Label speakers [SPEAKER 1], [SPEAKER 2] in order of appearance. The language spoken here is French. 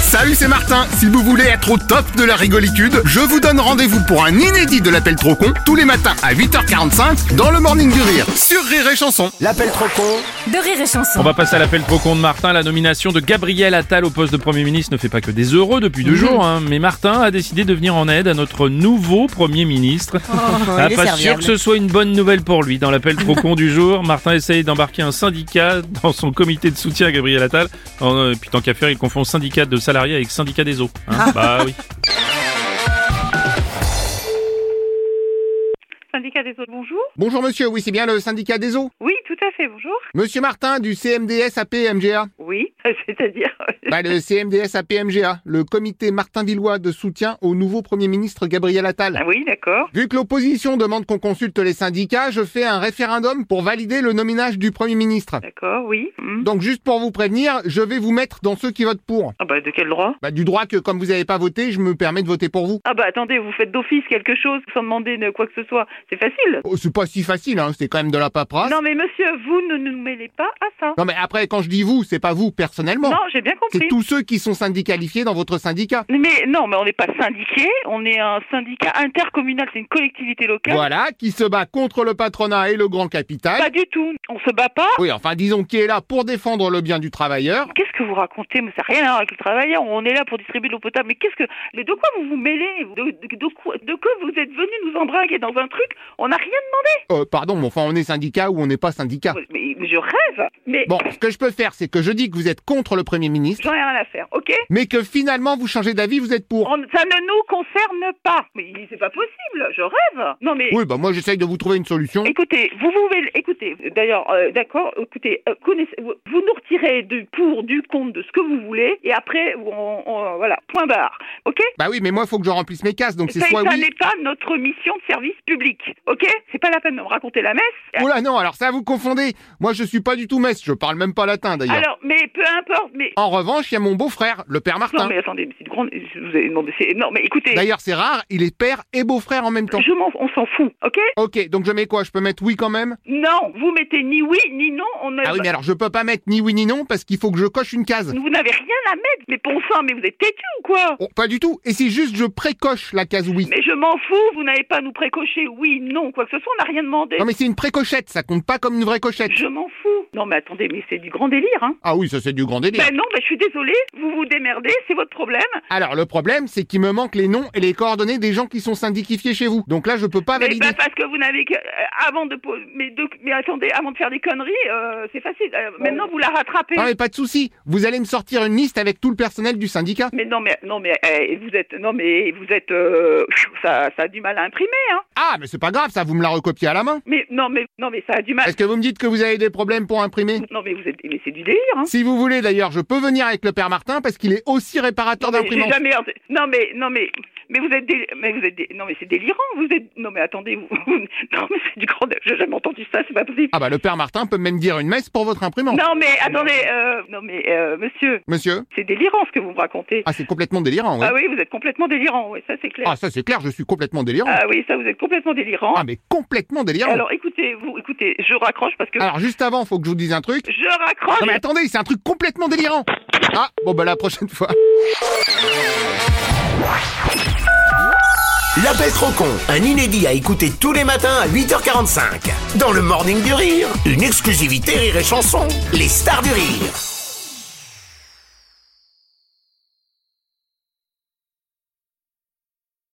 [SPEAKER 1] Salut, c'est Martin. Si vous voulez être au top de la rigolitude, je vous donne rendez-vous pour un inédit de l'appel trop con tous les matins à 8h45 dans le Morning du Rire sur Rire et Chanson.
[SPEAKER 2] L'appel trop con
[SPEAKER 3] de rire et
[SPEAKER 4] On
[SPEAKER 3] chanson.
[SPEAKER 4] va passer à l'appel trop con de Martin. La nomination de Gabriel Attal au poste de Premier ministre ne fait pas que des heureux depuis
[SPEAKER 3] Mhm.
[SPEAKER 4] deux jours. hein. Mais Martin a décidé de venir en aide à notre nouveau Premier ministre. Ah,
[SPEAKER 3] Oh, il est
[SPEAKER 4] pas sûr
[SPEAKER 3] serviable.
[SPEAKER 4] que ce soit une bonne nouvelle pour lui. Dans l'appel trop con du jour, Martin essaye d'embarquer un syndicat dans son comité de soutien à Gabriel Attal. En, euh, puis tant qu'à faire, il confond syndicat de salariés avec syndicat des eaux. hein.
[SPEAKER 3] Ah.
[SPEAKER 4] Bah oui.
[SPEAKER 5] Syndicat des eaux, bonjour.
[SPEAKER 1] Bonjour monsieur, oui, c'est bien le syndicat des eaux.
[SPEAKER 5] Oui, tout à fait, bonjour.
[SPEAKER 1] Monsieur Martin du CMDS AP MGA.
[SPEAKER 5] Oui, c'est-à-dire.
[SPEAKER 1] Bah, le CMDS AP MGA, le comité Martin Villois de soutien au nouveau Premier ministre Gabriel Attal.
[SPEAKER 5] Ah oui, d'accord.
[SPEAKER 1] Vu que l'opposition demande qu'on consulte les syndicats, je fais un référendum pour valider le nominage du Premier ministre.
[SPEAKER 5] D'accord, oui. Hmm.
[SPEAKER 1] Donc juste pour vous prévenir, je vais vous mettre dans ceux qui votent pour.
[SPEAKER 5] Ah bah, de quel droit
[SPEAKER 1] Bah, du droit que comme vous n'avez pas voté, je me permets de voter pour vous.
[SPEAKER 5] Ah bah, attendez, vous faites d'office quelque chose sans demander ne- quoi que ce soit. C'est facile.
[SPEAKER 1] Oh, c'est pas si facile, hein, c'est quand même de la paperasse.
[SPEAKER 5] Non, mais monsieur, vous ne nous mêlez pas à ça.
[SPEAKER 1] Non, mais après, quand je dis vous, c'est pas vous personnellement.
[SPEAKER 5] Non, j'ai bien
[SPEAKER 1] c'est
[SPEAKER 5] compris.
[SPEAKER 1] tous ceux qui sont syndicalifiés dans votre syndicat.
[SPEAKER 5] Mais non, mais on n'est pas syndiqué, on est un syndicat intercommunal, c'est une collectivité locale.
[SPEAKER 1] Voilà, qui se bat contre le patronat et le grand capital.
[SPEAKER 5] Pas du tout. On se bat pas.
[SPEAKER 1] Oui, enfin, disons qui est là pour défendre le bien du travailleur.
[SPEAKER 5] Qu'est-ce que vous racontez Mais ça n'a rien à voir avec le travailleur. On est là pour distribuer de l'eau potable. Mais qu'est-ce que. Mais de quoi vous vous mêlez de, de- de quoi- de quoi vous êtes venu nous embringuer dans un truc On n'a rien demandé.
[SPEAKER 1] Euh, pardon, mais enfin, on est syndicat ou on n'est pas syndicat.
[SPEAKER 5] Mais, mais je rêve. Mais
[SPEAKER 1] Bon, ce que je peux faire, c'est que je dis que vous êtes contre le Premier ministre,
[SPEAKER 5] j'en ai rien à faire, ok
[SPEAKER 1] mais que finalement, vous changez d'avis, vous êtes pour.
[SPEAKER 5] On- Ça ne nous concerne pas. Mais c'est pas possible. Je rêve. Non mais.
[SPEAKER 1] Oui, bah moi, j'essaye de vous trouver une solution.
[SPEAKER 5] Écoutez, vous vous mêlez- écoutez, d'ailleurs, euh, d'accord, écoutez, euh, connaissez- vous vous nous retirez du pour, du compte, de ce que vous voulez, et après, on, on- voilà, point barre, ok
[SPEAKER 1] Bah oui, mais moi, faut que je remplisse mes cases, donc c'est
[SPEAKER 5] Ça,
[SPEAKER 1] soit
[SPEAKER 5] ça
[SPEAKER 1] oui...
[SPEAKER 5] n'est pas notre mission de service public, ok C'est pas la peine de me raconter la messe.
[SPEAKER 1] Oula, non, alors ça, vous confondez. Moi, je suis pas du tout messe, je parle même pas latin, d'ailleurs.
[SPEAKER 5] Alors, mais peu importe, mais...
[SPEAKER 1] En revanche, il y a mon beau-frère, le père
[SPEAKER 5] Non,
[SPEAKER 1] Martin.
[SPEAKER 5] mais attendez, mais c'est de grande... je vous ai- Non, mais, c'est- non, mais écoutez,
[SPEAKER 1] D'ailleurs, c'est rare, Bah, il est père et beau-frère en même temps.
[SPEAKER 5] je m'en... on s'en fout, ok
[SPEAKER 1] Ok, donc je mets quoi Je peux mettre oui quand même
[SPEAKER 5] Non, vous mettez ni oui, bah. ni non, on ne...
[SPEAKER 1] Ah oui, mais alors je peux pas mettre ni oui ni non parce qu'il faut que je coche une case.
[SPEAKER 5] Vous n'avez rien à mettre, mais bon sang, mais vous êtes têtu ou quoi
[SPEAKER 1] Oh, pas du tout. Et si juste je précoche la case oui
[SPEAKER 5] Mais je m'en fous, vous n'avez pas à nous précocher oui, non, quoi que ce soit, on n'a rien demandé.
[SPEAKER 1] Non mais c'est une précochette, ça compte pas comme une vraie cochette.
[SPEAKER 5] Je m'en fous. Non, mais attendez, mais c'est du grand délire, hein
[SPEAKER 1] Ah oui, ça c'est du grand délire.
[SPEAKER 5] Ben non, ben je suis désolée, vous vous démerdez, c'est votre problème.
[SPEAKER 1] Alors le problème, c'est qu'il me manque les noms et les coordonnées des gens qui sont syndiquifiés chez vous. Donc là, je peux pas
[SPEAKER 5] Mais bah,
[SPEAKER 1] valider.
[SPEAKER 5] pas parce que vous n'avez que euh, avant de po- mais de- mais attendez avant de faire des conneries euh, c'est facile Euh, maintenant vous la rattrapez
[SPEAKER 1] Non mais pas de souci. Vous allez me sortir une liste avec tout le personnel du syndicat.
[SPEAKER 5] mais non mais non mais eh, vous êtes non mais vous êtes euh, ça ça a du mal à imprimer hein
[SPEAKER 1] Ah, mais c'est pas grave, ça vous me la recopiez à la main.
[SPEAKER 5] mais non mais non mais ça a du mal
[SPEAKER 1] Est-ce que vous me dites que vous avez des problèmes pour imprimer
[SPEAKER 5] non mais vous êtes mais c'est du délire hein
[SPEAKER 1] Si vous voulez d'ailleurs, je peux venir avec le père Martin parce qu'il est aussi réparateur
[SPEAKER 5] Mais j'ai
[SPEAKER 1] d'imprimante.
[SPEAKER 5] jamais non mais non mais mais vous êtes dé- mais vous êtes dé- non mais c'est délirant vous êtes non mais attendez vous non mais c'est du grand j'ai jamais entendu ça c'est pas possible
[SPEAKER 1] Ah bah le père Martin peut même dire une messe pour votre imprimante.
[SPEAKER 5] non mais attendez euh, non mais euh, monsieur
[SPEAKER 1] Monsieur
[SPEAKER 5] c'est délirant ce que vous me racontez
[SPEAKER 1] Ah c'est complètement délirant, oui.
[SPEAKER 5] Ah oui, vous êtes complètement délirant, oui, ça c'est clair.
[SPEAKER 1] Ah ça c'est clair, je suis complètement délirant.
[SPEAKER 5] Ah oui, ça vous êtes complètement délirant.
[SPEAKER 1] Ah mais complètement délirant. Alors,
[SPEAKER 5] Alors écoutez, vous écoutez, je raccroche parce que
[SPEAKER 1] juste avant, faut que je vous dise un truc.
[SPEAKER 5] je raccroche.
[SPEAKER 1] Ah. Non mais attendez, c'est un truc complètement délirant. Ah bon bah la prochaine fois.
[SPEAKER 2] L'appel trop con, un inédit à écouter tous les matins à 8h45. Dans le Morning du Rire, une exclusivité Rire et Chanson, les stars du rire.